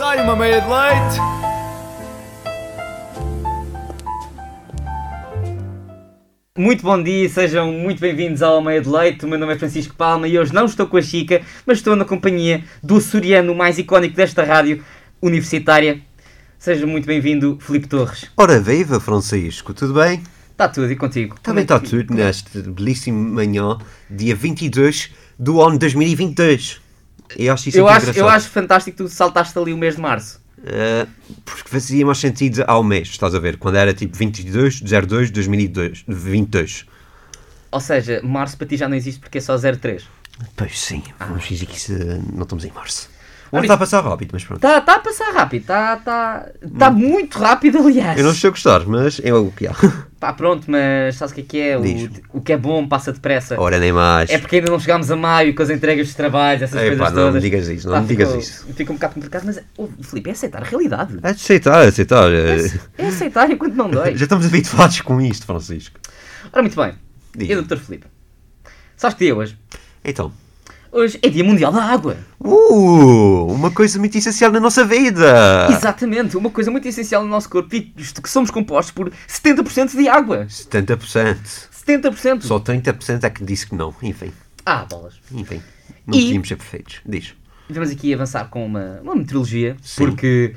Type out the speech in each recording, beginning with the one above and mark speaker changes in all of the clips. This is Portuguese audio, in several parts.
Speaker 1: I made it late.
Speaker 2: Muito bom dia, sejam muito bem-vindos ao Almeia de Leite. O meu nome é Francisco Palma e hoje não estou com a Chica, mas estou na companhia do soriano mais icónico desta rádio universitária. Seja muito bem-vindo, Filipe Torres.
Speaker 3: Ora viva, Francisco, tudo bem?
Speaker 2: Está tudo e contigo?
Speaker 3: Também está tudo nesta belíssima manhã, dia 22 do ano 2022. Eu acho isso
Speaker 2: Eu
Speaker 3: muito
Speaker 2: acho, eu
Speaker 3: engraçado.
Speaker 2: acho fantástico que tu saltaste ali o mês de março.
Speaker 3: Eh, porque fazia mais sentido ao mês, estás a ver? Quando era tipo 22 de 02 de 2002. 22.
Speaker 2: Ou seja, março para ti já não existe porque é só 03.
Speaker 3: Pois sim, vamos dizer que isso, eh, não estamos em março. O
Speaker 2: Olha,
Speaker 3: ano está a passar rápido, mas pronto.
Speaker 2: Está tá a passar rápido, está tá, tá muito rápido, aliás.
Speaker 3: Hum. Eu não estou a gostar, mas é o que há.
Speaker 2: Pá, pronto, mas sabes o que é que é?
Speaker 3: Diz.
Speaker 2: O, o que é bom passa depressa.
Speaker 3: Ora, nem mais.
Speaker 2: É porque ainda não chegámos a maio com as entregas de trabalhos, essas
Speaker 3: Epá,
Speaker 2: coisas
Speaker 3: não
Speaker 2: todas.
Speaker 3: me digas isso, não me
Speaker 2: ficou-
Speaker 3: digas isso.
Speaker 2: Fica um bocado complicado, mas oh, Filipe, é aceitar a realidade.
Speaker 3: Aceitar, aceitar. eh,
Speaker 2: É aceitar enquanto não dói.
Speaker 3: Já estamos habituados com isto, Francisco.
Speaker 2: Ora, muito bem.
Speaker 3: Diz.
Speaker 2: E o Dr. Filipe? Sabes que dia é hoje?
Speaker 3: Então.
Speaker 2: Hoje é Dia Mundial da Água.
Speaker 3: Uh, uma coisa muito essencial na nossa vida.
Speaker 2: Exatamente, uma coisa muito essencial no nosso corpo, visto que somos compostos por 70% de água.
Speaker 3: 70%.
Speaker 2: 70%.
Speaker 3: Só 30% é que disse que não. Enfim,
Speaker 2: Ah, bolas.
Speaker 3: enfim. Não
Speaker 2: E-
Speaker 3: podíamos ser perfeitos. Diz.
Speaker 2: Vamos aqui avançar com uma, uma meteorologia,
Speaker 3: Sim.
Speaker 2: porque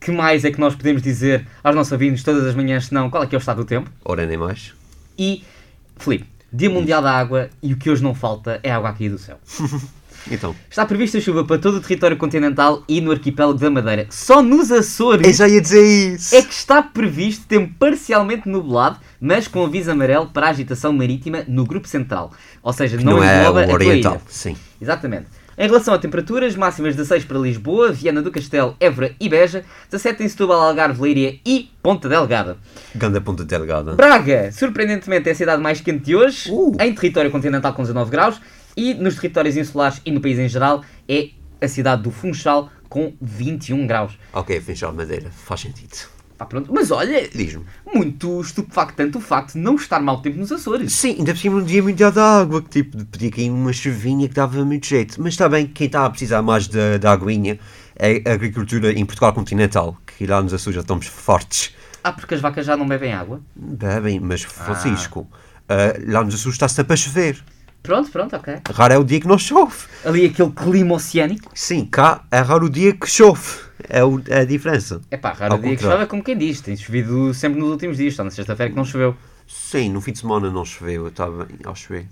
Speaker 2: que mais é que nós podemos dizer aos nossos ouvintes todas as manhãs, senão qual é que é o estado do tempo?
Speaker 3: Ora, nem mais.
Speaker 2: E, Filipe, Dia Mundial da Água e o que hoje não falta é água a cair do céu.
Speaker 3: Então.
Speaker 2: Está prevista chuva para todo o território continental e no arquipélago da Madeira. Só nos
Speaker 3: Eu
Speaker 2: Açores
Speaker 3: já ia dizer isso.
Speaker 2: é que está previsto tempo parcialmente nublado, mas com aviso amarelo para a agitação marítima no grupo central. Ou seja, não,
Speaker 3: não é
Speaker 2: engloba a
Speaker 3: o
Speaker 2: tua
Speaker 3: oriental.
Speaker 2: ilha.
Speaker 3: Sim.
Speaker 2: Exatamente. Em relação a temperaturas, máximas 16 para Lisboa, Viana do Castelo, Évora e Beja, 17 em Setúbal, Algarve, Leiria e Ponta Delgada.
Speaker 3: Ganda ponta delgada.
Speaker 2: Braga, surpreendentemente, é a cidade mais quente de hoje,
Speaker 3: Uh.
Speaker 2: em território continental com 19 graus, e nos territórios insulares e no país em geral, é a cidade do Funchal com 21 graus.
Speaker 3: Ok, fechar madeira. Faz sentido.
Speaker 2: Pá, pronto. Mas olha,
Speaker 3: Diz-me.
Speaker 2: muito estupefactante o facto de não estar mau tempo nos Açores.
Speaker 3: Sim, ainda por cima um dia mundial da água, que tipo, podia cair uma chuvinha que dava muito jeito. Mas está bem, quem está a precisar mais da, da aguinha é a agricultura em Portugal continental, que lá nos Açores já estamos fortes.
Speaker 2: Ah, porque as vacas já não bebem água.
Speaker 3: Bebem, mas Francisco, ah, lá nos Açores está sempre a chover.
Speaker 2: Pronto, pronto, ok.
Speaker 3: Raro é o dia que não chove.
Speaker 2: Ali aquele clima oceânico.
Speaker 3: Sim, cá é raro o dia que chove. É, o- é a diferença.
Speaker 2: É pá, raro
Speaker 3: Ao
Speaker 2: dia que
Speaker 3: contrário.
Speaker 2: chove, é como quem diz. Tem chovido sempre nos últimos dias, só na sexta-feira que não choveu.
Speaker 3: Sim, no fim de semana não choveu, eu estava a chover.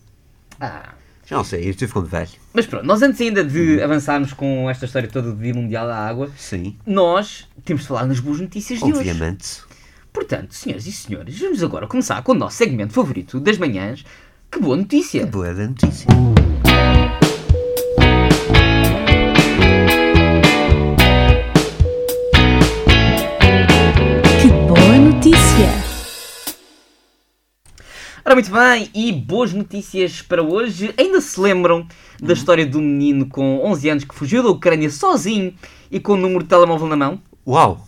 Speaker 2: Ah.
Speaker 3: Já não sei, eu estive ficando velho.
Speaker 2: Mas pronto, nós antes ainda
Speaker 3: Uhum.
Speaker 2: de avançarmos com esta história toda do Dia Mundial da Água,
Speaker 3: Sim,
Speaker 2: nós temos de falar nas boas notícias de hoje.
Speaker 3: obviamente.
Speaker 2: Portanto, senhoras e senhores, vamos agora começar com o nosso segmento favorito das manhãs. Que boa notícia!
Speaker 3: Boa notícia.
Speaker 4: Que boa notícia!
Speaker 2: Ora, muito bem, e boas notícias para hoje. Ainda se lembram da história do menino com 11 anos que fugiu da Ucrânia sozinho e com o número de telemóvel na mão?
Speaker 3: Uau!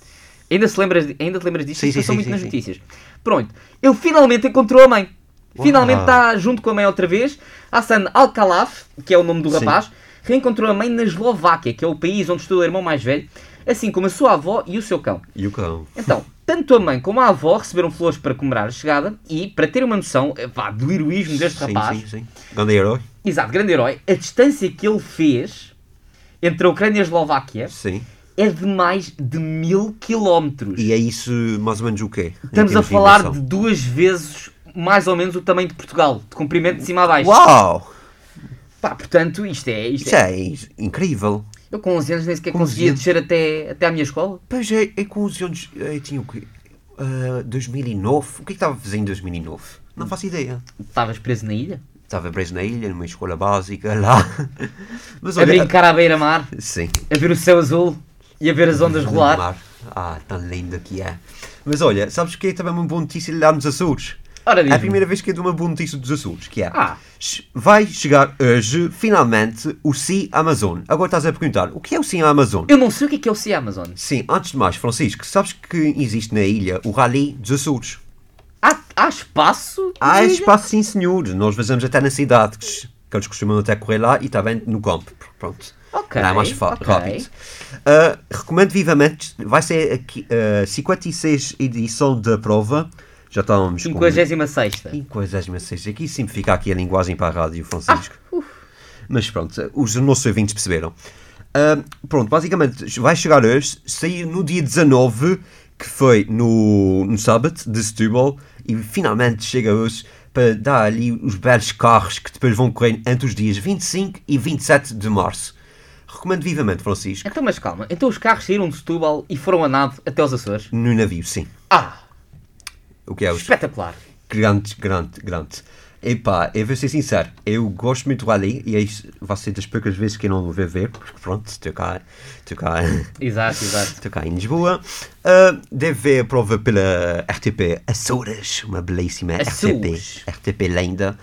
Speaker 2: Ainda, se lembras, ainda te lembras disso?
Speaker 3: Sim,
Speaker 2: Isso
Speaker 3: sim,
Speaker 2: passou
Speaker 3: sim,
Speaker 2: muito
Speaker 3: sim,
Speaker 2: nas
Speaker 3: sim.
Speaker 2: notícias. Pronto, ele finalmente encontrou a mãe. Finalmente
Speaker 3: Uau.
Speaker 2: está junto com a mãe outra vez. Hassan Al-Khalaf, que é o nome do rapaz, reencontrou a mãe na Eslováquia, que é o país onde estuda o irmão mais velho, assim como a sua avó e o seu cão.
Speaker 3: E o cão?
Speaker 2: Então, tanto a mãe como a avó receberam flores para comemorar a chegada e, para ter uma noção eh, vá, do heroísmo deste rapaz,
Speaker 3: Sim, sim, sim. Grande herói?
Speaker 2: exato, grande herói, a distância que ele fez entre a Ucrânia e a Eslováquia
Speaker 3: Sim.
Speaker 2: é de mais de mil quilómetros.
Speaker 3: E é isso mais ou menos o quê? Em
Speaker 2: Estamos a
Speaker 3: termos de
Speaker 2: falar de
Speaker 3: dimensão?
Speaker 2: duas vezes mais ou menos o tamanho de Portugal, de comprimento de cima a baixo.
Speaker 3: Uau!
Speaker 2: Pá, portanto, isto é, isto
Speaker 3: Isso
Speaker 2: é.
Speaker 3: é in- incrível.
Speaker 2: Eu com 11 anos nem sequer
Speaker 3: 11
Speaker 2: conseguia
Speaker 3: anos.
Speaker 2: descer até, até à minha escola.
Speaker 3: Pois é, é com 11 anos. Eu tinha o quê? Ah, 2009? O que é que estava a fazer em 2009? Não faço ideia.
Speaker 2: Estavas preso na ilha,
Speaker 3: Estava preso na ilha, numa escola básica, lá. Mas
Speaker 2: a brincar à beira-mar,
Speaker 3: Sim.
Speaker 2: a ver o céu azul e a ver as ondas rolar.
Speaker 3: Mar. Ah, tão lindo que é. Mas olha, sabes que é também uma boa notícia lá nos Açores?
Speaker 2: Ora,
Speaker 3: É a
Speaker 2: diz-me.
Speaker 3: primeira vez que eu dou uma boa notícia dos Açores, que é.
Speaker 2: Ah.
Speaker 3: che- Vai chegar hoje, finalmente, o Sim Amazon. Agora estás a perguntar, o que é o Sim Amazon?
Speaker 2: Eu não sei o que é que é o Sea Amazon.
Speaker 3: Sim, antes de mais, Francisco, sabes que existe na ilha o Rally dos Açores?
Speaker 2: Há, há espaço? na
Speaker 3: Há
Speaker 2: ilha?
Speaker 3: espaço, sim, senhor. Nós vazamos até na cidade, que, que eles costumam até correr lá e está bem no campo. Pronto.
Speaker 2: Ok,
Speaker 3: Não, é mais fa-
Speaker 2: ok.
Speaker 3: rápido. Ah, recomendo vivamente, vai ser aqui, ah, 56 edição da prova. Já estamos com
Speaker 2: 56.
Speaker 3: 56. Aqui simplifica aqui a linguagem para a rádio, Francisco. Mas pronto, os nossos ouvintes perceberam. Ah, pronto, basicamente vai chegar hoje, sair no dia 19, que foi no, no sábado, de Setúbal, e finalmente chega hoje para dar ali os belos carros que depois vão correr entre os dias 25 e 27 de março. Recomendo vivamente, Francisco,
Speaker 2: Então, mas calma. Então os carros saíram de Setúbal e foram a nave até os Açores.
Speaker 3: no navio, sim.
Speaker 2: Ah,
Speaker 3: O que é hoje?
Speaker 2: espetacular.
Speaker 3: Grande, grande, grande. Epá, eu vou ser sincero, eu gosto muito do Ali e é isso vai ser das poucas vezes que eu não vou ver, porque pronto, estou cá, estou cá,
Speaker 2: Exato, exato.
Speaker 3: estou cá em Lisboa. Ah, deve ver a prova pela RTP Açores, uma belíssima
Speaker 2: Açores.
Speaker 3: RTP, RTP linda.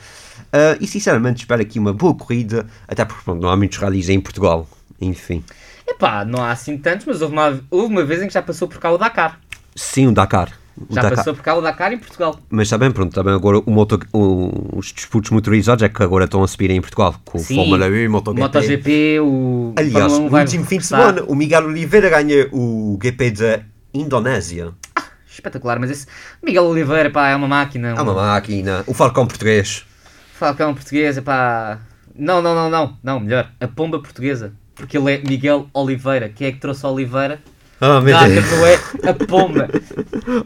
Speaker 3: Ah, e sinceramente espero aqui uma boa corrida, até porque pronto, não há muitos rallies em Portugal, enfim.
Speaker 2: Epá, não há assim tantos, mas houve uma, houve uma vez em que já passou por cá o Dakar.
Speaker 3: Sim, o Dakar. O
Speaker 2: Já
Speaker 3: Dakar.
Speaker 2: passou por cá o Dakar em Portugal.
Speaker 3: Mas está bem, pronto, está bem agora o moto, o- os disputos motorizados é que agora estão a subir em Portugal, com o Fórmula 1 e MotoGP.
Speaker 2: MotoGP, o
Speaker 3: Aliás,
Speaker 2: Fórmula 1
Speaker 3: no
Speaker 2: vai
Speaker 3: último fim de
Speaker 2: regressar.
Speaker 3: semana, o Miguel Oliveira ganha o GP da Indonésia.
Speaker 2: Ah, Espetacular, mas esse Miguel Oliveira, pá, é uma máquina.
Speaker 3: É
Speaker 2: um
Speaker 3: uma máquina, o Falcão português.
Speaker 2: Falcão portuguesa, pá. Não, não, não, não, não, melhor. A pomba portuguesa. Porque ele é Miguel Oliveira. Quem é que trouxe a Oliveira?
Speaker 3: Ah, meu
Speaker 2: Nada,
Speaker 3: Deus.
Speaker 2: não é a pomba.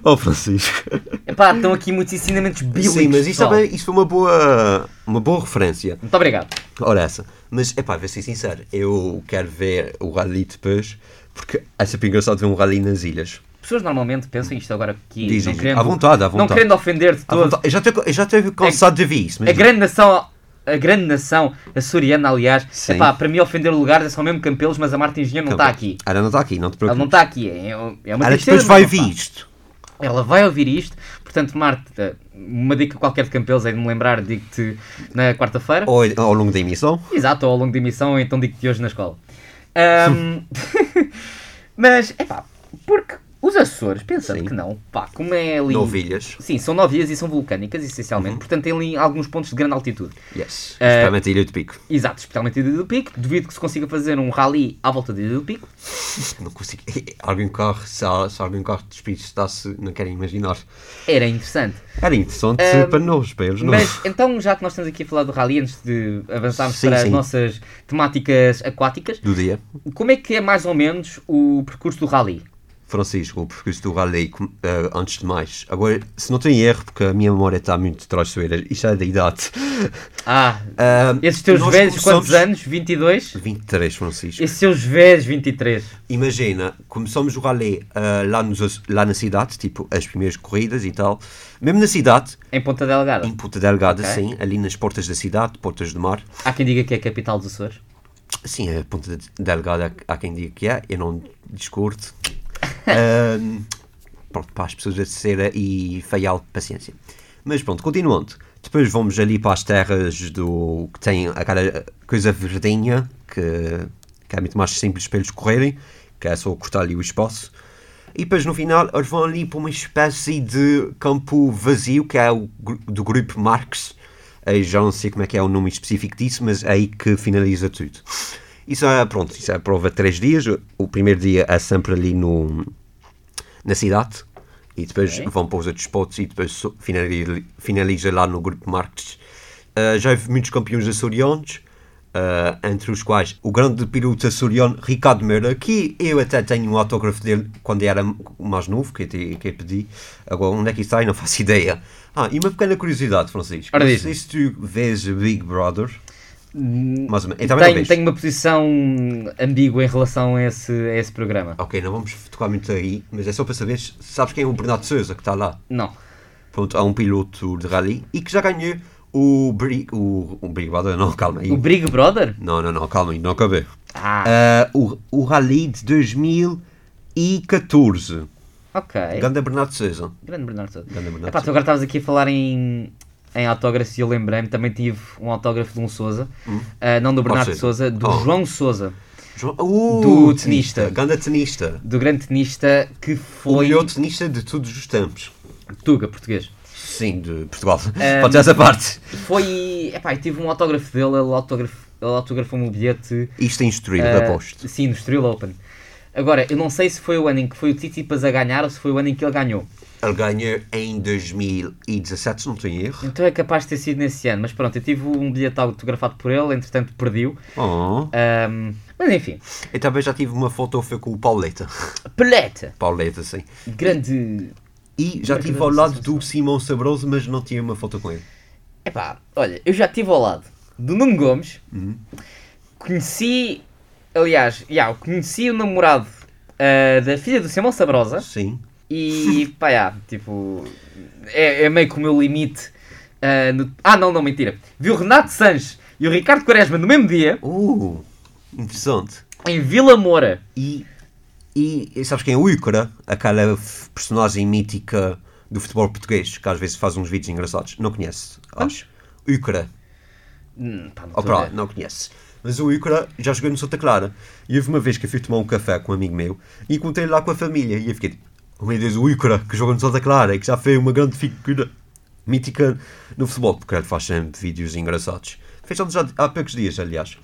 Speaker 3: Oh, Francisco.
Speaker 2: Epá, estão aqui muitos ensinamentos bíblicos.
Speaker 3: Sim, mas isto,
Speaker 2: pessoal.
Speaker 3: também, isto foi uma boa, uma boa referência.
Speaker 2: Muito obrigado.
Speaker 3: Ora, essa. Mas, é pá, vou ser sincero, eu quero ver o rally depois, porque é sempre engraçado ver um rally nas ilhas.
Speaker 2: Pessoas normalmente pensam isto agora aqui.
Speaker 3: Diz,
Speaker 2: não
Speaker 3: diz.
Speaker 2: querendo,
Speaker 3: À vontade, à vontade.
Speaker 2: Não querendo ofender de
Speaker 3: À
Speaker 2: todo.
Speaker 3: vontade- Eu já estou- eu já estou cansado de ver isso. mas
Speaker 2: A grande nação. A grande nação açoriana, aliás,
Speaker 3: Sim.
Speaker 2: epá, para mim ofender lugares é só mesmo Campelos, mas a Marta Engenheiro não está aqui.
Speaker 3: Ela não está aqui, não tá te
Speaker 2: Ela
Speaker 3: preocupes.
Speaker 2: não está aqui. É, é uma
Speaker 3: Ela
Speaker 2: tristeza,
Speaker 3: depois
Speaker 2: mas
Speaker 3: vai
Speaker 2: não
Speaker 3: ouvir
Speaker 2: está.
Speaker 3: isto.
Speaker 2: Ela vai ouvir isto, portanto, Marta, uma dica qualquer de Campelos é de me lembrar, digo-te na quarta-feira.
Speaker 3: Ou ao longo da emissão.
Speaker 2: Exato, ou ao longo da emissão, ou então digo-te hoje na escola. Ahm, mas, é pá, porque os Açores, pensando
Speaker 3: Sim.
Speaker 2: que não, pá, como é ali.
Speaker 3: Novilhas.
Speaker 2: Sim, são novilhas e são vulcânicas, essencialmente,
Speaker 3: Uhum.
Speaker 2: portanto, tem ali alguns pontos de grande altitude.
Speaker 3: Yes.
Speaker 2: Eh,
Speaker 3: Especialmente a Ilha do Pico.
Speaker 2: Exato, especialmente a Ilha do Pico. Duvido que se consiga fazer um rally à volta da Ilha do Pico.
Speaker 3: Não consigo. Alguém corre, se, há- se alguém corre de espírito está-se, não quero imaginar.
Speaker 2: Era interessante.
Speaker 3: Era interessante para nós, para eles não.
Speaker 2: Mas então, já que nós estamos aqui a falar do rally, antes de avançarmos
Speaker 3: Sim,
Speaker 2: para as
Speaker 3: sim.
Speaker 2: nossas temáticas aquáticas,
Speaker 3: Do dia.
Speaker 2: como é que é mais ou menos o percurso do rally?
Speaker 3: Francisco, o percurso do rally, com- eh, antes de mais. Agora, se não tenho erro, porque a minha memória está muito traiçoeira, isto é da idade.
Speaker 2: Ah,
Speaker 3: Ah,
Speaker 2: esses teus
Speaker 3: nós
Speaker 2: velhos quantos
Speaker 3: começamos-
Speaker 2: anos? 22?
Speaker 3: 23, Francisco.
Speaker 2: Esses teus velhos 23.
Speaker 3: Imagina, começamos o rally ah, lá, nos- lá na cidade, tipo as primeiras corridas e tal. Mesmo na cidade,
Speaker 2: Em Ponta Delgada.
Speaker 3: em Ponta Delgada,
Speaker 2: Ok.
Speaker 3: sim, ali nas portas da cidade, portas do mar.
Speaker 2: Há quem diga que é a capital dos Açores.
Speaker 3: Sim, a Ponta de- Delgada há quem diga que é, eu não discordo. Ahm, pronto, para as pessoas da terceira e feial paciência. Mas pronto, continuando. Depois vamos ali para as terras do que tem aquela coisa verdinha, que, que é muito mais simples para eles correrem, que é só cortar ali o espaço. E depois no final eles vão ali para uma espécie de campo vazio, que é o gru- do grupo Marx. Aí já não sei como é que é o nome específico disso, mas é aí que finaliza tudo. Isso é, pronto, isso é a prova de três dias. O- O primeiro dia é sempre ali no, na cidade e depois vão para os outros spots e depois so- finaliza, finaliza lá no grupo Marques. Ah, já houve muitos campeões açorianos, ah, entre os quais o grande piloto açoriano Ricardo Meira, que eu até tenho um autógrafo dele quando era mais novo, que eu, te- que eu pedi. Agora, onde é que isso está? Eu não faço ideia. Ah, e uma pequena curiosidade, Francisco.
Speaker 2: Ora,
Speaker 3: não
Speaker 2: diz-me. Hum,
Speaker 3: sei se tu vês o Big Brother. Mais ou menos. Eu também não
Speaker 2: Tenho,
Speaker 3: vejo.
Speaker 2: tenho uma posição ambígua em relação a esse, a esse programa.
Speaker 3: Ok, não vamos tocar muito aí, mas é só para saber, se- sabes quem é o Bernardo Souza que está lá?
Speaker 2: Não.
Speaker 3: Pronto, há um piloto de rally e que já ganhou o Bri... o, o Big Brother, não, calma aí.
Speaker 2: O Big Brother?
Speaker 3: Não, não, não, calma aí, não acabei.
Speaker 2: Ah,
Speaker 3: Ah, o, o rally de 2014.
Speaker 2: ok.
Speaker 3: Ganda Bernardo Souza.
Speaker 2: Grande Bernardo Sousa.
Speaker 3: Grande Bernardo
Speaker 2: Epá, tu
Speaker 3: Sousa.
Speaker 2: agora estavas aqui a falar em, em autógrafos e eu lembrei-me, também tive um autógrafo de um Sousa, ah, não do Bernardo
Speaker 3: Hum? seja,
Speaker 2: Sousa, do
Speaker 3: oh.
Speaker 2: João Sousa,
Speaker 3: João- Uh,
Speaker 2: Do tenista.
Speaker 3: Ganda tenista.
Speaker 2: do grande tenista que
Speaker 3: O
Speaker 2: foi
Speaker 3: melhor tenista de todos os tempos.
Speaker 2: Tuga, português. Ah.
Speaker 3: Sim, de Portugal. Pode ser essa parte.
Speaker 2: Foi, epá, eu tive um autógrafo dele, ele autógrafo ele autografou-me o bilhete.
Speaker 3: Isto em Estoril,
Speaker 2: ah,
Speaker 3: aposto.
Speaker 2: Sim, no Estoril Open. Agora, eu não sei se foi o ano em que foi o Tsitsipas a ganhar ou se foi o ano em que ele ganhou.
Speaker 3: Ele ganha em 2017, se não tenho erro.
Speaker 2: Então é capaz de ter sido nesse ano, mas pronto, eu tive um bilhete autografado por ele, entretanto perdeu.
Speaker 3: Oh.
Speaker 2: Ahm, mas enfim,
Speaker 3: Eu também já tive uma foto foi com o Pauleta.
Speaker 2: Peleta,
Speaker 3: Pauleta, sim.
Speaker 2: grande.
Speaker 3: E já estive ao lado do Simão Sabroso, mas não tinha uma foto com ele.
Speaker 2: Epá, olha, eu já estive ao lado do Nuno Gomes,
Speaker 3: Uhum.
Speaker 2: conheci, aliás, já, eu conheci o namorado ah, da filha do Simão Sabrosa.
Speaker 3: Sim.
Speaker 2: E pá, já, tipo, é, é meio que o meu limite. ah, no- Ah, não, não, mentira. Vi o Renato Sanches e o Ricardo Quaresma no mesmo dia
Speaker 3: Uh, interessante.
Speaker 2: em Vila Moura.
Speaker 3: E, e, e sabes quem é o Ícora? Aquela f- personagem mítica do futebol português, que às vezes faz uns vídeos engraçados. Não conhece, acho. Ícora.
Speaker 2: Hum, pá, não
Speaker 3: Oh,
Speaker 2: estou a
Speaker 3: pá,
Speaker 2: ver.
Speaker 3: não conhece. Mas o Ícora já jogou no Santa Clara. E houve uma vez que eu fui tomar um café com um amigo meu e encontrei lá com a família. E eu fiquei, oh meu Deus, o Ícora que jogou no Santa Clara e que já foi uma grande figura mítica no futebol, porque ele faz sempre vídeos engraçados. Fez anos há, há poucos dias, aliás.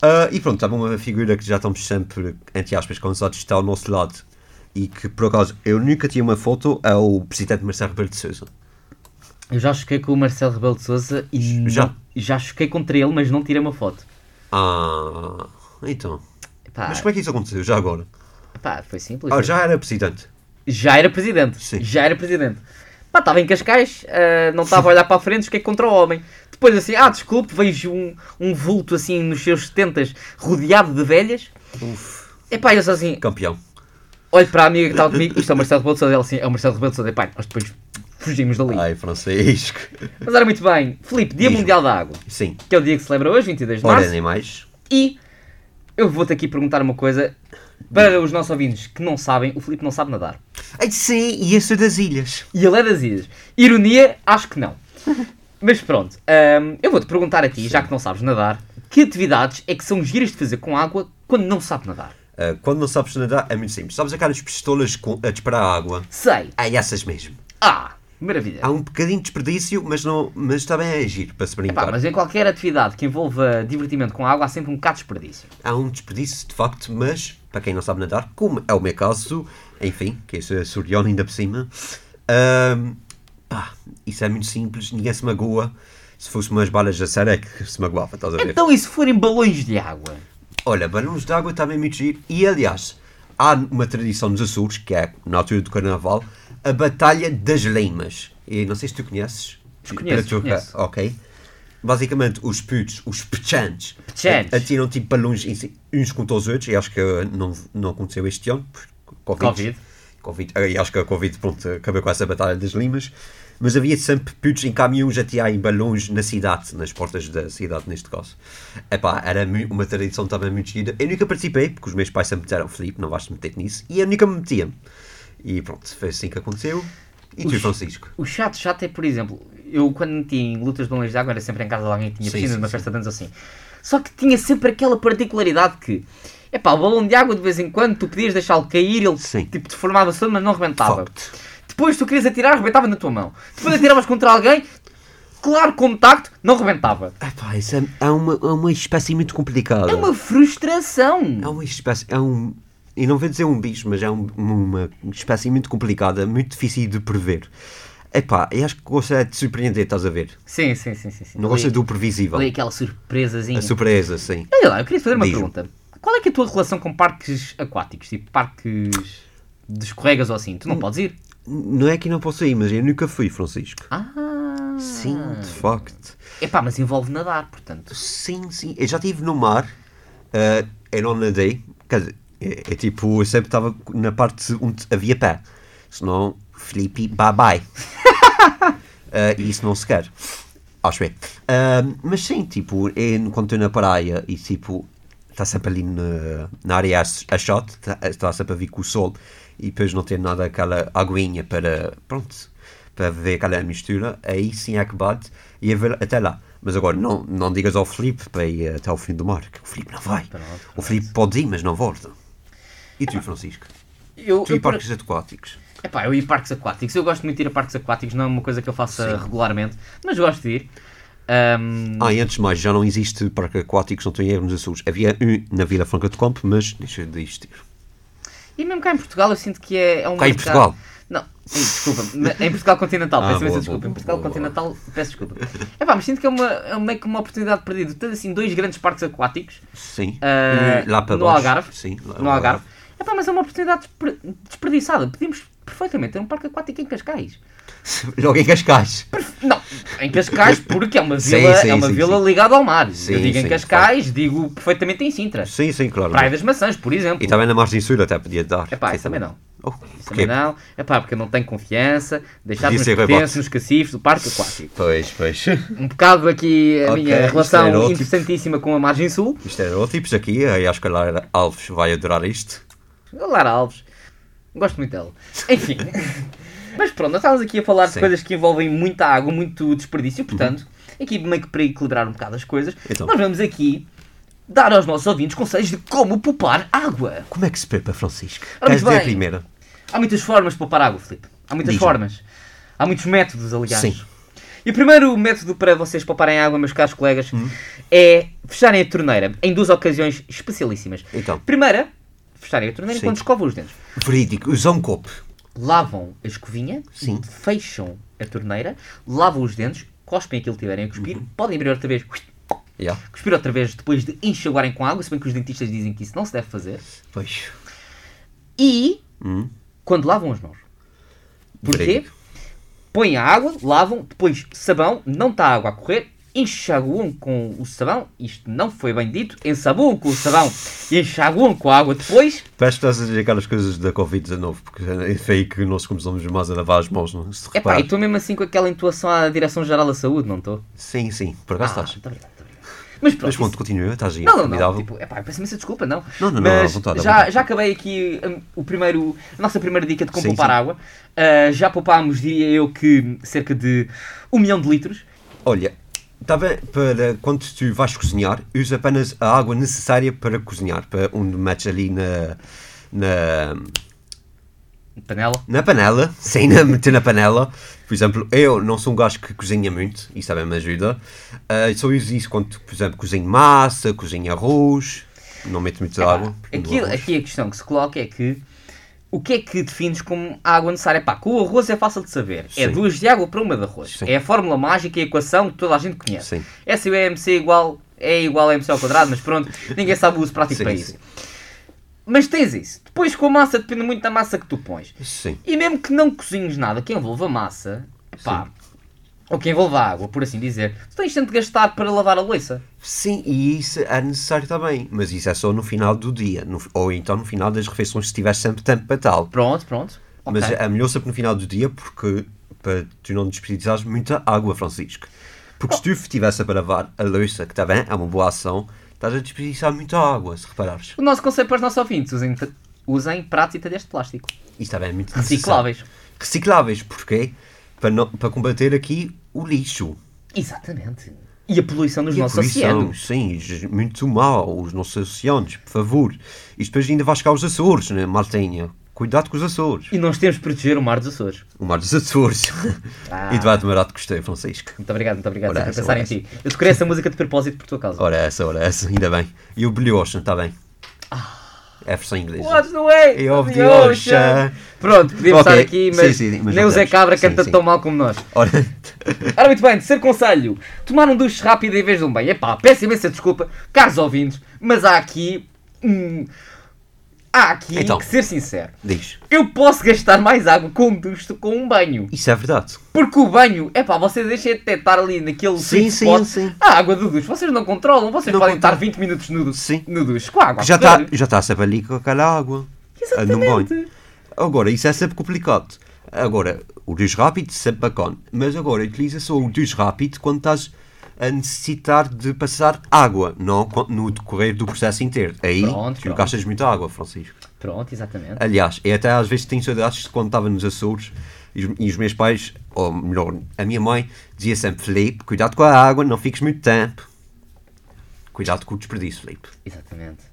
Speaker 3: Ah, e pronto, estava uma figura que já estamos sempre, entre aspas, cansados de estar ao nosso lado. E que, por acaso, eu nunca tinha uma foto ao presidente Marcelo Rebelo de Sousa.
Speaker 2: Eu já choquei com o Marcelo Rebelo de Souza e
Speaker 3: Já?
Speaker 2: não- já choquei contra ele, mas não tirei uma foto.
Speaker 3: Ah, então.
Speaker 2: Pá,
Speaker 3: Mas como é que isso aconteceu, já agora?
Speaker 2: pá, foi simples.
Speaker 3: Ah, já era presidente.
Speaker 2: Já era presidente.
Speaker 3: Sim.
Speaker 2: Já era presidente. Pá, estava em Cascais, ah, não estava a olhar para a frente, choquei contra o homem. Depois assim, ah, desculpe, vejo um, um vulto assim nos seus 70 rodeado de velhas.
Speaker 3: Uf,
Speaker 2: Epá, eu só assim,
Speaker 3: campeão.
Speaker 2: olho para a amiga que estava comigo, isto é o Marcelo Rebelo de Sousa, ela assim, é o Marcelo Rebelo de Sousa, epá, nós depois fugimos dali.
Speaker 3: Ai, Francisco.
Speaker 2: Mas era muito bem. Filipe, Dia
Speaker 3: Diz-me.
Speaker 2: Mundial da Água,
Speaker 3: Sim,
Speaker 2: que é o dia que se celebra hoje, 22 de
Speaker 3: ora
Speaker 2: março.
Speaker 3: nem mais.
Speaker 2: E eu vou-te aqui perguntar uma coisa para os nossos ouvintes que não sabem, o Filipe não sabe nadar.
Speaker 3: Ai, sim, e esse das ilhas.
Speaker 2: E ele é das ilhas. Ironia, acho que não. Mas pronto, hum, eu vou-te perguntar a ti, já que não sabes nadar, que atividades é que são giras de fazer com água quando não sabe nadar?
Speaker 3: Ah, quando não sabes nadar, é muito simples. Sabes aquelas pistolas com, a disparar água?
Speaker 2: Sei.
Speaker 3: Há essas mesmo.
Speaker 2: Ah, maravilha.
Speaker 3: Há um bocadinho de desperdício, mas, não, mas também é agir para se
Speaker 2: Pá,
Speaker 3: brincar.
Speaker 2: mas em qualquer atividade que envolva divertimento com água há sempre um bocado de desperdício.
Speaker 3: Há um desperdício, de facto, mas para quem não sabe nadar, como é o meu caso, enfim, que esse é suriano ainda por cima, ahm, pá, isso é muito simples, ninguém se magoa. Se fosse umas balas da série é que se magoava, estás a ver?
Speaker 2: Então e se forem balões de água?
Speaker 3: Olha, balões de água também é muito giro. E aliás, há uma tradição nos Açores, que é na altura do Carnaval, a Batalha das Leimas. E não sei se tu conheces.
Speaker 2: Conheço,
Speaker 3: Para tu-
Speaker 2: conheço.
Speaker 3: Ok. Basicamente, os putos, os pechantes,
Speaker 2: Pechantes.
Speaker 3: a- atiram tipo balões em si- uns contra os outros. E acho que uh, não, não aconteceu este ano, por
Speaker 2: Covid.
Speaker 3: Covid. Covid. Ah, E acho que a Covid, pronto, acabou com essa Batalha das Limas. Mas havia sempre putos em caminhões a tirar em balões na cidade, nas portas da cidade, neste caso. Epá, era mu- uma tradição também muito gira. Eu nunca participei, porque os meus pais sempre disseram, Filipe, não vais te meter nisso. E eu nunca me metia. E pronto, foi assim que aconteceu. E tu,
Speaker 2: Ux.
Speaker 3: Francisco?
Speaker 2: O chato, chato é, por exemplo, eu quando meti em lutas de balões de água era sempre em casa de alguém que tinha
Speaker 3: Sim,
Speaker 2: piscina,
Speaker 3: sim,
Speaker 2: numa
Speaker 3: sim.
Speaker 2: festa de anos assim. Só que tinha sempre aquela particularidade que, epá, o balão de água de vez em quando tu podias deixá-lo cair, ele
Speaker 3: Sim.
Speaker 2: tipo deformava-se todo, mas não rebentava.
Speaker 3: Facto.
Speaker 2: Depois tu querias atirar, rebentava na tua mão. Depois atiravas contra alguém, claro contacto, não rebentava.
Speaker 3: Epá, isso é, é uma, é uma espécie muito complicada.
Speaker 2: É uma frustração.
Speaker 3: É uma espécie. É um. E não vou dizer um bicho, mas é um- uma espécie muito complicada, muito difícil de prever. Epá, eu acho que gosta é de surpreender, estás a ver?
Speaker 2: Sim, sim, sim, sim. sim.
Speaker 3: Não gosta
Speaker 2: Ali-
Speaker 3: do previsível.
Speaker 2: ali aquela surpresazinha.
Speaker 3: é A surpresa, sim.
Speaker 2: Olha lá, eu queria fazer uma
Speaker 3: Diz-me.
Speaker 2: pergunta. Qual é que é a tua relação com parques aquáticos? Tipo, parques de escorregas ou assim? Tu
Speaker 3: Hum.
Speaker 2: não podes ir?
Speaker 3: Não é que não posso ir, mas eu nunca fui, Francisco.
Speaker 2: Ah!
Speaker 3: Sim, de facto.
Speaker 2: Epá, mas envolve nadar, portanto.
Speaker 3: Sim, sim. Eu já estive no mar, eh, eu não nadei. Quer dizer, é, é tipo, eu sempre estava na parte onde havia pé. Senão, Felipe, bye bye. Eh, e isso não se quer. Acho bem. Ah, mas sim, tipo, eu, quando estou na praia e tipo, está sempre ali na, na área a, a shot, está tá sempre a vir com o sol e depois não tem nada aquela aguinha para, pronto, para ver aquela mistura, aí sim é que bate e é ver até lá. Mas agora, não, não digas ao Filipe para ir até ao fim do mar, que o Filipe não vai. O Filipe pode ir, mas não volta. E tu, Francisco?
Speaker 2: Eu,
Speaker 3: Tu
Speaker 2: eu,
Speaker 3: e
Speaker 2: por-
Speaker 3: parques aquáticos?
Speaker 2: Epá, eu ia a parques aquáticos. Eu gosto muito de ir a parques aquáticos, não é uma coisa que eu faça regularmente, mas gosto de ir. Ahm,
Speaker 3: Ah, e antes de mais, já não existe parque aquático, se não tenho erro, nos Açores. Havia um na Vila Franca de Compo, mas deixa de existir.
Speaker 2: E mesmo cá em Portugal eu sinto que é, é um
Speaker 3: Cá em
Speaker 2: mercado-
Speaker 3: Portugal?
Speaker 2: Não, sim, desculpa. mas Em Portugal continental,
Speaker 3: Ah,
Speaker 2: peço
Speaker 3: boa,
Speaker 2: imensa
Speaker 3: boa,
Speaker 2: desculpa. Em
Speaker 3: boa,
Speaker 2: Portugal
Speaker 3: boa, boa.
Speaker 2: continental, peço desculpa. É pá, mas sinto que é, uma, é meio que uma oportunidade perdida. Tens assim dois grandes parques aquáticos
Speaker 3: Sim.
Speaker 2: ah,
Speaker 3: Eh, lá para
Speaker 2: no
Speaker 3: baixo.
Speaker 2: Algarve.
Speaker 3: Sim, lá
Speaker 2: no Algarve. É pá, mas é uma oportunidade desper- desperdiçada. Podíamos perfeitamente ter um parque aquático em Cascais.
Speaker 3: Logo em Cascais.
Speaker 2: Não, em Cascais, porque é uma
Speaker 3: Sim,
Speaker 2: vila,
Speaker 3: sim,
Speaker 2: é uma
Speaker 3: sim,
Speaker 2: vila
Speaker 3: sim.
Speaker 2: ligada ao mar. Eu
Speaker 3: Sim,
Speaker 2: digo em
Speaker 3: sim,
Speaker 2: Cascais, digo perfeitamente em Sintra.
Speaker 3: Sim, sim, claro.
Speaker 2: Praia das Maçãs, por exemplo.
Speaker 3: E também na Margem Sul até podia dar.
Speaker 2: Epá,
Speaker 3: Sim,
Speaker 2: isso também não.
Speaker 3: Oh,
Speaker 2: Também
Speaker 3: porquê?
Speaker 2: não. É pá, porque eu não tenho confiança. Deixar-nos
Speaker 3: Podia ser
Speaker 2: pertences
Speaker 3: rebote.
Speaker 2: nos cacifes do parque aquático.
Speaker 3: Pois, pois.
Speaker 2: Um bocado aqui a
Speaker 3: Ok, é
Speaker 2: minha relação
Speaker 3: estereótipos.
Speaker 2: interessantíssima com a margem sul.
Speaker 3: Isto era tipos aqui, aí acho que a Lara Alves vai adorar isto.
Speaker 2: A Lara Alves. Gosto muito dela. Enfim. Mas pronto, nós estávamos aqui a falar de
Speaker 3: Sim. Uhum.
Speaker 2: coisas que envolvem muita água, muito desperdício, portanto, aqui meio que para equilibrar um bocado as coisas,
Speaker 3: Então.
Speaker 2: nós vamos aqui dar aos nossos ouvintes conselhos de como poupar água.
Speaker 3: Como é que se prepa, Francisco?
Speaker 2: Ora, muito
Speaker 3: Queres dizer a
Speaker 2: bem.
Speaker 3: primeira?
Speaker 2: Há muitas formas de poupar água, Filipe. Há muitas
Speaker 3: Diz-me.
Speaker 2: formas. Há muitos métodos, aliás.
Speaker 3: Sim.
Speaker 2: E o primeiro método para vocês pouparem água, meus caros colegas,
Speaker 3: Hum.
Speaker 2: é fecharem a torneira em duas ocasiões especialíssimas.
Speaker 3: Então.
Speaker 2: Primeira, fecharem a torneira
Speaker 3: Sim.
Speaker 2: enquanto escovam os dentes.
Speaker 3: Verídico, usar um copo.
Speaker 2: Lavam a escovinha,
Speaker 3: Sim.
Speaker 2: fecham a torneira, lavam os dentes, cospem aquilo que tiverem a cuspir,
Speaker 3: Uhum.
Speaker 2: podem abrir outra vez,
Speaker 3: Já.
Speaker 2: cuspir outra vez depois de enxaguarem com água, se bem que os dentistas dizem que isso não se deve fazer.
Speaker 3: Pois.
Speaker 2: E
Speaker 3: Hum.
Speaker 2: quando lavam as mãos. Porquê?
Speaker 3: Verídico.
Speaker 2: Põem a água, lavam, depois sabão, não está água a correr, enxaguam com o sabão, isto não foi bem dito, ensabuam com o sabão e enxaguam com a água depois.
Speaker 3: Parece que estás a dizer aquelas coisas da Covid-19, porque é aí que nós começamos mais a lavar as mãos, não? é? Se te
Speaker 2: Epá, e
Speaker 3: reparar.
Speaker 2: estou mesmo assim com aquela intuação à Direção-Geral da Saúde, não estou?
Speaker 3: Sim, sim, por acaso estás.
Speaker 2: Ah, muito obrigado, muito obrigado. Mas pronto.
Speaker 3: Mas
Speaker 2: isso-
Speaker 3: pronto, continua, estás aí,
Speaker 2: Não, não, não.
Speaker 3: formidável.
Speaker 2: Tipo, epá, eu peço imensa desculpa, não.
Speaker 3: Não, não, não,
Speaker 2: Mas
Speaker 3: à vontade, à
Speaker 2: já,
Speaker 3: vontade.
Speaker 2: já acabei aqui hum, o primeiro, a nossa primeira dica de como
Speaker 3: Sim,
Speaker 2: poupar
Speaker 3: sim.
Speaker 2: água. Ah, já poupámos, diria eu, que cerca de um milhão de litros.
Speaker 3: Olha, estava para quando tu vais cozinhar, usa apenas a água necessária para cozinhar, para onde metes ali na. na.
Speaker 2: Panela.
Speaker 3: na panela, sem na, meter na panela. Por exemplo, eu não sou um gajo que cozinha muito, isso também me ajuda. Ah, só uso isso quando, por exemplo, cozinho massa, cozinho arroz, não meto muita
Speaker 2: Epá,
Speaker 3: água. porque no
Speaker 2: aqui,
Speaker 3: arroz-
Speaker 2: aqui a questão que se coloca é que o que é que defines como água necessária? Pá, com o arroz é fácil de saber. É
Speaker 3: Sim.
Speaker 2: duas de água para uma de arroz.
Speaker 3: Sim.
Speaker 2: É a fórmula mágica e a equação que toda a gente conhece.
Speaker 3: Sim.
Speaker 2: S e o MC igual é igual a MC ao quadrado, mas pronto, ninguém sabe o uso prático
Speaker 3: Sim,
Speaker 2: para
Speaker 3: sim.
Speaker 2: isso. Mas tens isso. Depois com a massa depende muito da massa que tu pões.
Speaker 3: Sim.
Speaker 2: E mesmo que não cozinhes nada que envolva massa, pá, ou que envolva água, por assim dizer, tu tens tanto de gastar para lavar a louça.
Speaker 3: Sim, e isso é necessário também, mas isso é só no final do dia, no- ou então no final das refeições, se tiver sempre tempo para tal.
Speaker 2: Pronto, pronto.
Speaker 3: Mas
Speaker 2: Ok.
Speaker 3: é melhor sempre no final do dia porque para tu não desperdiçares muita água, Francisco. Porque
Speaker 2: Oh.
Speaker 3: se tu estivesse a lavar a louça, que está bem, é uma boa ação, estás a desperdiçar muita água, se reparares.
Speaker 2: O nosso conselho para os nossos ouvintes: usem, usem pratos e talheres de plástico.
Speaker 3: Isto também é muito necessário.
Speaker 2: Recicláveis.
Speaker 3: Recicláveis, porquê? Para, não- para combater aqui o lixo.
Speaker 2: Exatamente. E a poluição dos
Speaker 3: E a
Speaker 2: nossos
Speaker 3: poluição,
Speaker 2: oceanos.
Speaker 3: Sim, j- muito mal, os nossos oceanos, por favor. E depois ainda vais cá os Açores, né, Martinha? Cuidado com os Açores.
Speaker 2: E nós temos de proteger o mar dos Açores.
Speaker 3: O mar dos Açores.
Speaker 2: Ah.
Speaker 3: E tu vai demorar de gostei, Francisco.
Speaker 2: Muito obrigado, muito obrigado.
Speaker 3: Ora,
Speaker 2: Sempre a
Speaker 3: essa,
Speaker 2: pensar
Speaker 3: ora,
Speaker 2: em ti. Eu toquei essa música de propósito por tua causa.
Speaker 3: Ora essa, ora essa, ainda bem. E o Billy Ocean, está bem. É a versão inglesa. É
Speaker 2: What's the way?
Speaker 3: Eu
Speaker 2: of
Speaker 3: ouvi
Speaker 2: Ah. the ocean.
Speaker 3: ocean.
Speaker 2: Pronto, podíamos
Speaker 3: Ok,
Speaker 2: estar aqui, mas,
Speaker 3: sim, sim, mas
Speaker 2: nem
Speaker 3: não
Speaker 2: o Zé
Speaker 3: temos.
Speaker 2: Cabra
Speaker 3: Sim,
Speaker 2: canta
Speaker 3: sim.
Speaker 2: tão mal como nós.
Speaker 3: Ora,
Speaker 2: Ora, muito bem, terceiro conselho: tomar um duche rápido em vez de um banho. Epá, peço imensa desculpa, caros ouvintes, mas há aqui. Hum, há aqui
Speaker 3: Então.
Speaker 2: que ser sincero.
Speaker 3: diz.
Speaker 2: Eu posso gastar mais água com um duche do que com um banho.
Speaker 3: Isso é verdade.
Speaker 2: Porque o banho, é pá, vocês deixem de estar ali naquele
Speaker 3: Sim,
Speaker 2: sweet
Speaker 3: sim,
Speaker 2: spot.
Speaker 3: sim.
Speaker 2: A água do duche, vocês não controlam, vocês
Speaker 3: Não
Speaker 2: podem
Speaker 3: controlam.
Speaker 2: estar 20 minutos no, du-
Speaker 3: Sim.
Speaker 2: no duche com a água. a
Speaker 3: Já está
Speaker 2: correr.
Speaker 3: já tá sempre ali com aquela água. Ah, num
Speaker 2: Exatamente.
Speaker 3: banho. Agora, isso é sempre complicado. Agora, o duche rápido sempre bacana. Mas agora, utiliza só o duche rápido quando estás a necessitar de passar água, não co- no decorrer do processo inteiro. Aí,
Speaker 2: Pronto,
Speaker 3: tu
Speaker 2: pronto.
Speaker 3: gastas muita água, Francisco.
Speaker 2: Pronto, exatamente.
Speaker 3: Aliás, eu até às vezes tenho saudades de quando estava nos Açores e os, e os meus pais, ou melhor, a minha mãe, dizia sempre: Felipe, cuidado com a água, não fiques muito tempo. Cuidado com o desperdício, Felipe.
Speaker 2: Exatamente.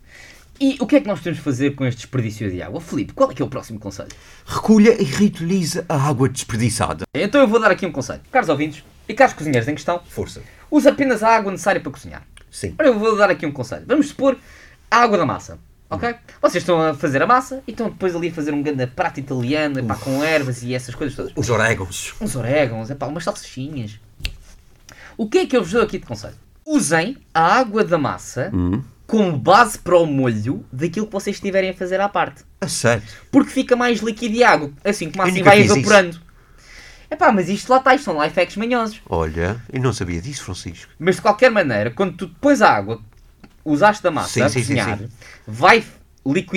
Speaker 2: E o que é que nós temos de fazer com este desperdício de água? Filipe, qual é que é o próximo conselho?
Speaker 3: Recolha e reutiliza a água desperdiçada.
Speaker 2: Então eu vou dar aqui um conselho. Caros ouvintes e caros cozinheiros em questão,
Speaker 3: Força.
Speaker 2: Usa apenas a água necessária para cozinhar.
Speaker 3: Sim.
Speaker 2: Ora, eu vou dar aqui um conselho. Vamos supor a água da massa.
Speaker 3: Hum.
Speaker 2: Ok? Vocês estão a fazer a massa e estão depois ali a fazer um grande prato italiano, pá, com ervas e essas coisas todas.
Speaker 3: Os orégãos.
Speaker 2: Uns orégãos, epá, umas salsichinhas. O que é que eu vos dou aqui de conselho? Usem a água da massa
Speaker 3: Hum.
Speaker 2: como base para o molho daquilo que vocês estiverem a fazer à parte.
Speaker 3: A sério.
Speaker 2: Porque fica mais líquido e água. Assim como
Speaker 3: Eu
Speaker 2: assim
Speaker 3: nunca
Speaker 2: vai
Speaker 3: fiz isso.
Speaker 2: evaporando. Epá, mas isto lá está, isto são life hacks manhosos.
Speaker 3: Olha, eu não sabia disso, Francisco.
Speaker 2: Mas de qualquer maneira, quando tu depois a água usaste da massa
Speaker 3: Sim,
Speaker 2: a
Speaker 3: sim, sim,
Speaker 2: cozinhar,
Speaker 3: sim.
Speaker 2: vai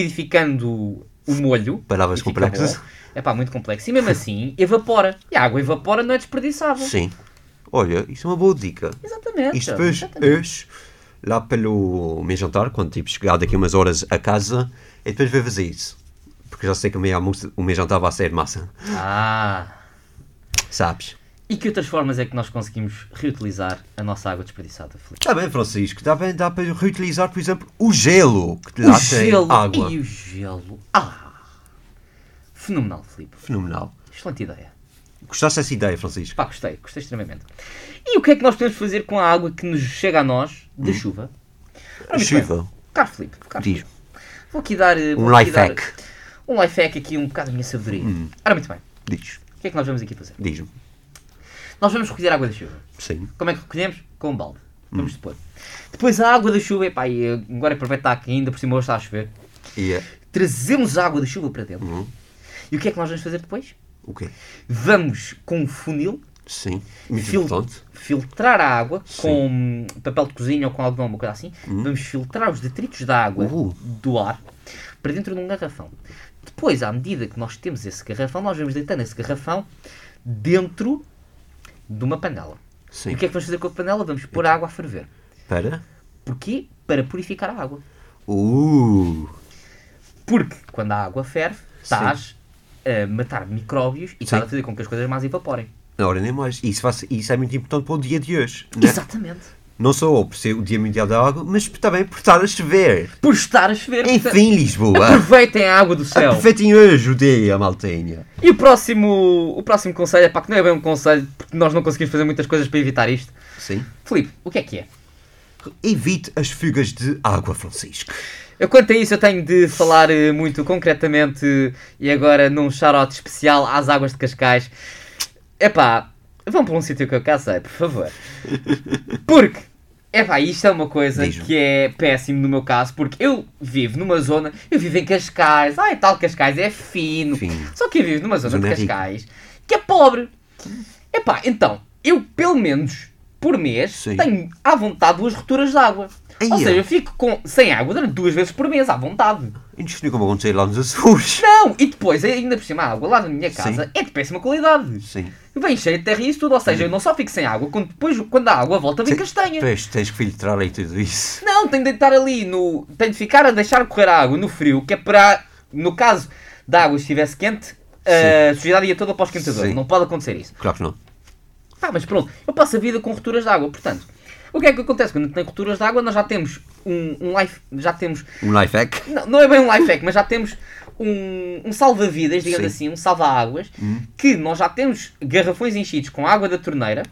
Speaker 2: liquidificando o molho.
Speaker 3: Palavras
Speaker 2: e fica
Speaker 3: complexas.
Speaker 2: bom. É pá, muito complexo. E mesmo assim, evapora. E a água evapora não é desperdiçável.
Speaker 3: Sim. Olha, isso é uma boa dica.
Speaker 2: Exatamente.
Speaker 3: Isto depois,
Speaker 2: exatamente.
Speaker 3: hoje, lá pelo meu jantar, quando tipo chegar daqui umas horas a casa, e depois vou fazer isso. Porque já sei que o meu, almoço, o meu jantar vai ser massa.
Speaker 2: Ah.
Speaker 3: Sabes?
Speaker 2: E que outras formas é que nós conseguimos reutilizar a nossa água desperdiçada, Felipe?
Speaker 3: Está Tá bem, Francisco. Está bem, dá para reutilizar, por exemplo, o gelo que te
Speaker 2: O
Speaker 3: dá tem
Speaker 2: gelo
Speaker 3: é água.
Speaker 2: e o gelo. Ah! Fenomenal, Filipe.
Speaker 3: Fenomenal.
Speaker 2: Excelente ideia.
Speaker 3: Gostaste dessa ideia, Francisco?
Speaker 2: Pá, gostei, gostei extremamente. E o que é que nós podemos fazer com a água que nos chega a nós da chuva? Ora, muito bem.
Speaker 3: Hum. Chuva.
Speaker 2: Caro Filipe, caro
Speaker 3: Diz.
Speaker 2: Filipe. Vou aqui dar. eh,
Speaker 3: Um
Speaker 2: vou aqui
Speaker 3: life
Speaker 2: dar
Speaker 3: hack. Hum.
Speaker 2: Um life hack aqui, um bocado da minha sabedoria. Ora, muito bem.
Speaker 3: Diz.
Speaker 2: O que é que nós vamos aqui fazer?
Speaker 3: Diz-me.
Speaker 2: Nós vamos recolher água da chuva.
Speaker 3: Sim.
Speaker 2: Como é que recolhemos? Com um balde.
Speaker 3: Hum.
Speaker 2: Vamos supor. Depois a água da chuva, epá, e eh, agora aproveitar que ainda por cima hoje está a chover.
Speaker 3: E é.
Speaker 2: Trazemos a água da chuva para dentro.
Speaker 3: Uhum.
Speaker 2: E o que é que nós vamos fazer depois?
Speaker 3: O quê?
Speaker 2: Vamos com um funil
Speaker 3: Sim. Muito
Speaker 2: fil-
Speaker 3: importante.
Speaker 2: filtrar a água com hum, papel de cozinha ou com alguma uma coisa assim.
Speaker 3: Hum.
Speaker 2: Vamos filtrar os detritos da água
Speaker 3: Uh.
Speaker 2: do ar para dentro de um garrafão. Depois, à medida que nós temos esse garrafão, nós vamos deitando esse garrafão dentro de uma panela.
Speaker 3: Sim.
Speaker 2: E o que é que vamos fazer com a panela? Vamos pôr a água a ferver.
Speaker 3: Para.
Speaker 2: Porquê? Para purificar a água.
Speaker 3: Uh.
Speaker 2: Porque quando a água ferve, estás a matar micróbios e estás a fazer com que as coisas mais evaporem.
Speaker 3: Na hora nem mais. Isso, faz, isso é muito importante para o dia de hoje. né?
Speaker 2: Exatamente.
Speaker 3: Não só por ser o Dia Mundial da Água, mas também por estar a chover.
Speaker 2: Por estar a chover. portanto,
Speaker 3: Enfim, Lisboa.
Speaker 2: Aproveitem a água do céu.
Speaker 3: Aproveitem hoje o dia, maltinha.
Speaker 2: E o próximo, o próximo conselho é pá, que não é bem um conselho, porque nós não conseguimos fazer muitas coisas para evitar isto.
Speaker 3: Sim.
Speaker 2: Filipe, o que é que é?
Speaker 3: Evite as fugas de água, Francisco.
Speaker 2: Eu, quanto a isso, eu tenho de falar eh, muito concretamente eh, e agora num shout especial às águas de Cascais. Epá, vão para um sítio que eu cá sei, por favor. Porque, epá, isto é uma coisa
Speaker 3: Diz-me.
Speaker 2: que é péssimo no meu caso, porque eu vivo numa zona, eu vivo em Cascais, ai tal Cascais é fino.
Speaker 3: Fino.
Speaker 2: Só que eu vivo numa zona
Speaker 3: Zona
Speaker 2: de
Speaker 3: rica.
Speaker 2: Cascais que é pobre. Epá, então, eu pelo menos por mês
Speaker 3: Sim.
Speaker 2: tenho à vontade duas rupturas de água. Ou
Speaker 3: Ia.
Speaker 2: seja, eu fico com, sem água durante duas vezes por mês, à vontade.
Speaker 3: E não sei como aconteceu lá nos Açores.
Speaker 2: Não! E depois, ainda por cima, a água lá na minha casa
Speaker 3: Sim.
Speaker 2: é de péssima qualidade.
Speaker 3: Sim.
Speaker 2: Vem cheia de terra e isso tudo, ou seja, eu não só fico sem água, quando depois, quando a água volta, vem castanha.
Speaker 3: Pois, tens que filtrar aí tudo isso.
Speaker 2: Não, tenho de deitar ali no. Tenho de ficar a deixar correr a água no frio, que é para. No caso da água estivesse quente, a sujidade ia toda para o esquentador.
Speaker 3: Sim.
Speaker 2: Não pode acontecer isso.
Speaker 3: Claro que não.
Speaker 2: Ah, mas pronto, eu passo a vida com rupturas de água, portanto. O que é que acontece? Quando tem rupturas de água, nós já temos um, um life. Já temos.
Speaker 3: Um life hack.
Speaker 2: Não, não é bem um life hack, mas já temos um, um salva-vidas, digamos
Speaker 3: Sim. Hum.
Speaker 2: assim, um salva-águas, que nós já temos garrafões enchidos com água da torneira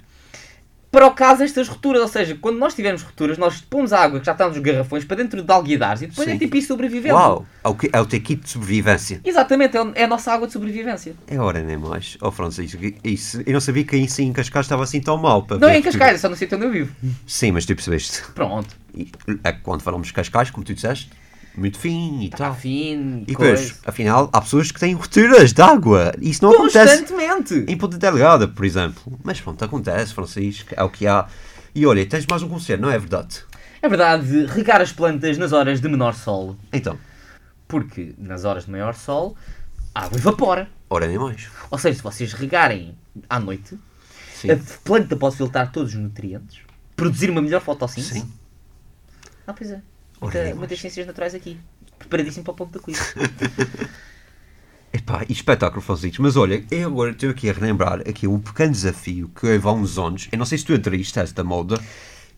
Speaker 2: para o caso destas rupturas. Ou seja, quando nós tivermos rupturas, nós pomos a água que já está nos garrafões para dentro de alguidares e depois
Speaker 3: Sim.
Speaker 2: é tipo isso sobrevivendo.
Speaker 3: Uau! É o, que, é o teu kit de sobrevivência.
Speaker 2: Exatamente, é o- é a nossa água de sobrevivência.
Speaker 3: É hora nem mais. Oh, Francisco, isso, eu não sabia que isso em Cascais estava assim tão mal. Para
Speaker 2: Não
Speaker 3: ver
Speaker 2: é em
Speaker 3: fugas.
Speaker 2: Cascais, é só no sítio onde eu vivo.
Speaker 3: Sim, mas tu percebeste.
Speaker 2: Pronto.
Speaker 3: E, é que quando falamos de Cascais, como tu disseste, muito fino e
Speaker 2: Está
Speaker 3: tal.
Speaker 2: fino e
Speaker 3: Tá. E depois,
Speaker 2: tá coisa.
Speaker 3: afinal, há pessoas que têm rupturas de água. Isso não acontece
Speaker 2: Constantemente.
Speaker 3: em Ponta Delgada, por exemplo. Mas pronto, acontece, Francisco, é o que há. E olha, tens mais um conselho, não é verdade?
Speaker 2: É verdade, regar as plantas nas horas de menor sol,
Speaker 3: Então,
Speaker 2: porque nas horas de maior sol a água evapora.
Speaker 3: ora nem mais.
Speaker 2: Ou seja, se vocês regarem à noite,
Speaker 3: Sim.
Speaker 2: a planta pode filtrar todos os nutrientes, produzir uma melhor fotossíntese.
Speaker 3: Sim.
Speaker 2: Ah, pois é.
Speaker 3: Ora,
Speaker 2: Muita,
Speaker 3: nem
Speaker 2: muitas
Speaker 3: mais.
Speaker 2: ciências naturais aqui. Preparadíssimo para o ponto da quiz.
Speaker 3: Epá, e espetáculo, Francisco. Mas olha, eu agora estou aqui a relembrar aqui um pequeno desafio que houve há uns anos. Eu não sei se tu aderiste a esta moda,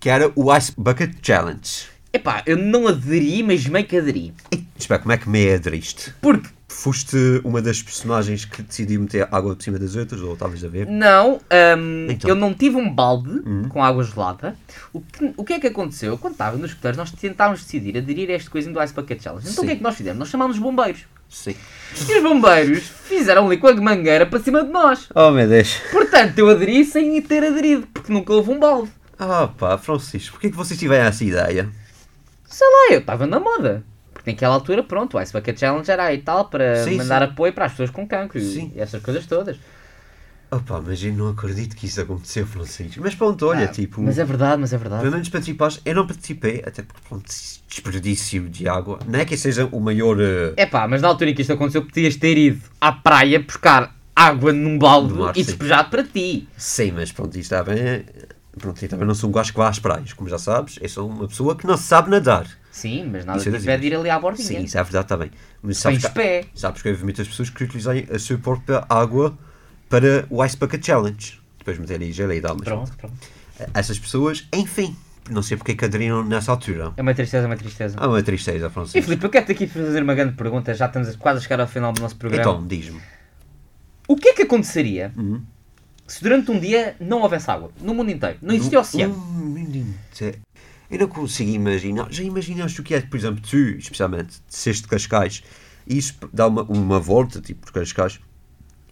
Speaker 3: que era o Ice Bucket Challenge.
Speaker 2: Epá, eu não aderi, mas meio que aderi.
Speaker 3: E, espera, como é que me aderiste?
Speaker 2: Porque
Speaker 3: Foste uma das personagens que decidiu meter água por cima das outras, ou estavas a ver?
Speaker 2: Não, hum,
Speaker 3: Então. Hum.
Speaker 2: eu não tive um balde com água gelada. O que, o que é que aconteceu? Quando estava nos escuteiros, nós tentámos decidir aderir a este coisinho do Ice Bucket Challenge. Então
Speaker 3: Sim.
Speaker 2: o que é que nós fizemos? Nós chamámos os bombeiros.
Speaker 3: Sim.
Speaker 2: E os bombeiros fizeram ali com a mangueira para cima de nós.
Speaker 3: Oh meu Deus.
Speaker 2: Portanto, eu aderi sem ter aderido, porque nunca houve um balde.
Speaker 3: Ah pá, Francisco, porquê que vocês tiveram essa ideia?
Speaker 2: Sei lá, eu estava na moda. Porque naquela altura, pronto, o Ice Bucket Challenge era aí tal para
Speaker 3: Sim,
Speaker 2: mandar
Speaker 3: sim.
Speaker 2: apoio para as pessoas com cancro e-
Speaker 3: Sim.
Speaker 2: e essas coisas todas.
Speaker 3: Ah pá, mas eu não acredito que isso aconteceu, Francisco. Mas pronto, olha, tipo...
Speaker 2: Mas é verdade, mas é verdade.
Speaker 3: Pelo menos participaste, eu não participei, até porque pronto, esse desperdício de água. Não é que seja o maior. eh,
Speaker 2: É pá, mas na altura em que isto aconteceu, podias ter ido à praia buscar água num balde
Speaker 3: Do mar,
Speaker 2: e
Speaker 3: sim.
Speaker 2: despejado para ti.
Speaker 3: Sim, mas pronto, isto está bem. Pronto, eu também não sou um gajo que vá às praias, como já sabes, eu sou uma pessoa que não sabe nadar.
Speaker 2: Sim, mas nada
Speaker 3: Isso é
Speaker 2: te
Speaker 3: das
Speaker 2: impede de ir
Speaker 3: ilhas.
Speaker 2: ali à bordinha.
Speaker 3: Sim, isso é verdade também. Mas
Speaker 2: Tens
Speaker 3: sabes que,
Speaker 2: pé.
Speaker 3: sabes que houve muitas pessoas que utilizem a sua própria água para o Ice Bucket Challenge. Depois meterem gelo e tal, mas
Speaker 2: Pronto, pronto.
Speaker 3: pronto. Essas pessoas, enfim, não sei porque é que aderiram nessa altura.
Speaker 2: É uma tristeza, é uma tristeza.
Speaker 3: Há uma tristeza,
Speaker 2: E
Speaker 3: Francisco.
Speaker 2: Filipe, eu quero-te aqui fazer uma grande pergunta, já estamos quase a chegar ao final do nosso programa.
Speaker 3: Então, diz-me.
Speaker 2: O que é que aconteceria se durante um dia não houvesse água? No mundo inteiro. Não existia é oceano.
Speaker 3: Um menino, sé- eu não consigo imaginar. Já imaginaste o que é, por exemplo, tu, especialmente, disseste de Cascais, e isso dá uma, uma volta, tipo, por Cascais,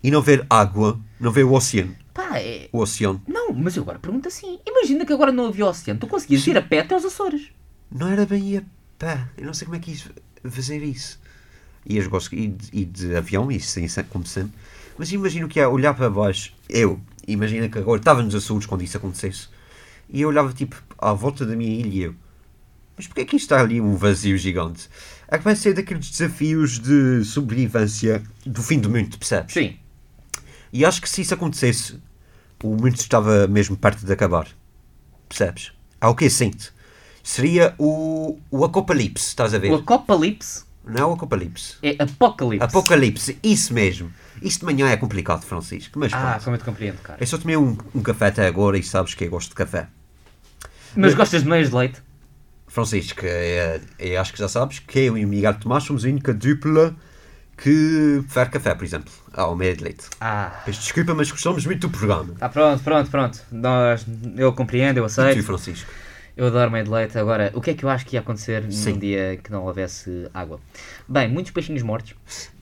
Speaker 3: e não ver água, não ver o oceano.
Speaker 2: Pá, é...
Speaker 3: O oceano
Speaker 2: Não, mas eu agora pergunto assim. Imagina que agora não havia oceano. Tu conseguias ir a pé até aos Açores.
Speaker 3: não era bem ir a pé. Eu não sei como é que isso, fazer isso. E as gosto e de, e de avião, isso sim, se- como sempre. Mas imagina o que é olhar para baixo. Eu, imagina que agora estava nos Açores quando isso acontecesse. E eu olhava tipo à volta da minha ilha e eu. Mas porquê é que isto está ali um vazio gigante? É que vai ser daqueles desafios de sobrevivência do fim do mundo, percebes?
Speaker 2: Sim.
Speaker 3: E acho que se isso acontecesse, o mundo estava mesmo perto de acabar. Percebes? Há o que eu sinto. Seria o, o apocalipse, estás a ver?
Speaker 2: O Acopalipse
Speaker 3: Não é o apocalipse.
Speaker 2: é Apocalipse.
Speaker 3: Apocalipse, isso mesmo. Isto de manhã é complicado, Francisco, mas
Speaker 2: Ah,
Speaker 3: pronto.
Speaker 2: como eu te compreendo, cara.
Speaker 3: Eu só tomei um, um café até agora e sabes que eu gosto de café.
Speaker 2: Mas gostas de meias de leite?
Speaker 3: Francisco, eh, eh, acho que já sabes que eu e o Miguel Tomás somos a única dupla que prefere café, por exemplo, ao meio de leite.
Speaker 2: Ah.
Speaker 3: Mas desculpa, mas gostamos muito do programa.
Speaker 2: Tá pronto, pronto, pronto. Nós, eu compreendo, eu
Speaker 3: E tu,
Speaker 2: aceito.
Speaker 3: Francisco?
Speaker 2: Eu adoro meio de leite. Agora, o que é que eu acho que ia acontecer
Speaker 3: Sim.
Speaker 2: num dia que não houvesse água? Bem, muitos peixinhos mortos.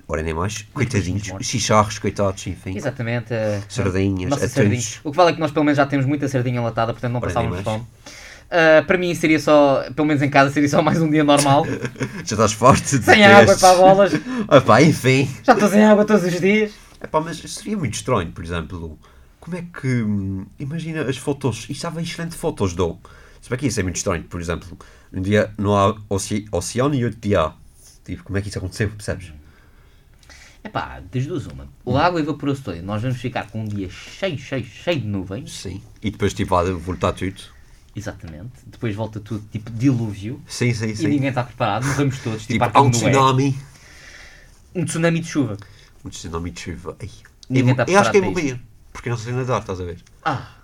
Speaker 3: Ora nem mais, coitadinhos,
Speaker 2: mortos.
Speaker 3: chicharros, coitados, enfim.
Speaker 2: Exatamente. a-
Speaker 3: Sardinhas,
Speaker 2: nossa
Speaker 3: atuns.
Speaker 2: sardinha. O que vale é que nós pelo menos já temos muita sardinha enlatada, portanto não
Speaker 3: Ora,
Speaker 2: passávamos
Speaker 3: nem mais.
Speaker 2: fome. Ah, para mim seria só, pelo menos em casa, seria só mais um dia normal.
Speaker 3: Já estás forte? de
Speaker 2: Sem água
Speaker 3: testes.
Speaker 2: para bolas.
Speaker 3: Ah pá, enfim.
Speaker 2: Já estou sem água todos os dias.
Speaker 3: Epá, mas seria muito estranho, por exemplo, como é que. hum, Imagina as fotos, e estava excelente fotos de um. Se bem que isso é muito estranho, por exemplo, um dia não há oce- oceano e outro dia há. Tipo, como é que isso aconteceu, percebes?
Speaker 2: Epá, das duas uma. O água evaporou-se toda. Nós vamos ficar com um dia cheio, cheio, cheio de nuvens.
Speaker 3: Sim. E depois tipo, há de voltar tudo.
Speaker 2: Exatamente. Depois volta tudo tipo dilúvio.
Speaker 3: Sim, sim,
Speaker 2: E
Speaker 3: sim.
Speaker 2: ninguém está preparado, morremos todos. tipo,
Speaker 3: Tipo,
Speaker 2: há
Speaker 3: há um
Speaker 2: tudo no ar.
Speaker 3: tsunami.
Speaker 2: Um tsunami de chuva.
Speaker 3: Um tsunami de chuva. Ai.
Speaker 2: Ninguém
Speaker 3: Eu-
Speaker 2: está
Speaker 3: eu acho que é
Speaker 2: preparado para
Speaker 3: morrer, porque não sei nadar, estás a ver?
Speaker 2: Ah.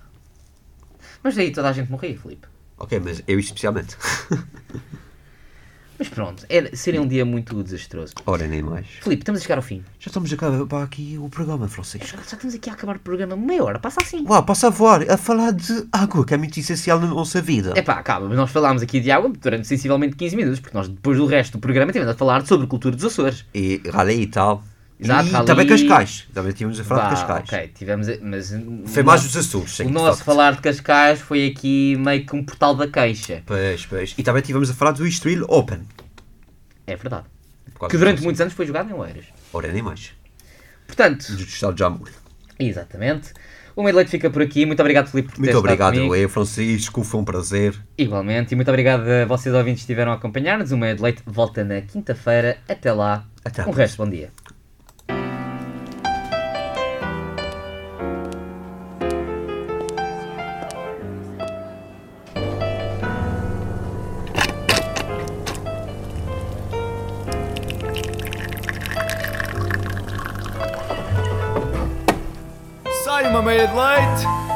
Speaker 2: Mas daí toda a gente morria, Filipe.
Speaker 3: Ok, mas eu especialmente.
Speaker 2: Mas pronto, era- seria um dia muito desastroso.
Speaker 3: Ora, nem mais.
Speaker 2: Filipe, estamos a chegar ao fim.
Speaker 3: Já estamos a acabar aqui o programa, Francisco.
Speaker 2: Já já estamos aqui a acabar o programa meia hora, passa assim.
Speaker 3: Uau, passa a voar a falar de água, que é muito essencial na nossa vida.
Speaker 2: Epá, acaba, mas nós falámos aqui de água durante sensivelmente 15 minutos, porque nós depois do resto do programa tivemos a falar sobre cultura dos Açores.
Speaker 3: E rally e tal.
Speaker 2: Exato,
Speaker 3: e
Speaker 2: rally.
Speaker 3: também Cascais. Também tínhamos a falar de
Speaker 2: Vá,
Speaker 3: Cascais.
Speaker 2: Ok, tivemos. a- Mas,
Speaker 3: Foi
Speaker 2: o
Speaker 3: mais
Speaker 2: nosso-
Speaker 3: dos Açores, sim.
Speaker 2: O
Speaker 3: de
Speaker 2: nosso
Speaker 3: facto.
Speaker 2: falar de Cascais foi aqui meio que um portal da queixa.
Speaker 3: Pois, pois. E também tivemos a falar do Estoril Open.
Speaker 2: É verdade.
Speaker 3: Por causa
Speaker 2: Que durante
Speaker 3: disso.
Speaker 2: muitos anos foi jogado em Oeiras.
Speaker 3: Ora, nem mais.
Speaker 2: Portanto,
Speaker 3: Do Estado de Jamor.
Speaker 2: Exatamente. O Meio de Leite fica por aqui. Muito obrigado, Filipe, por ter
Speaker 3: Muito
Speaker 2: estado
Speaker 3: obrigado,
Speaker 2: comigo.
Speaker 3: eu, Francisco. Foi um prazer.
Speaker 2: Igualmente. E muito obrigado a vocês ouvintes que estiveram a acompanhar-nos. O Meio de Leite volta na quinta-feira. Até lá.
Speaker 3: Até à
Speaker 2: um resto bom dia.
Speaker 1: Sai uma meia de leite.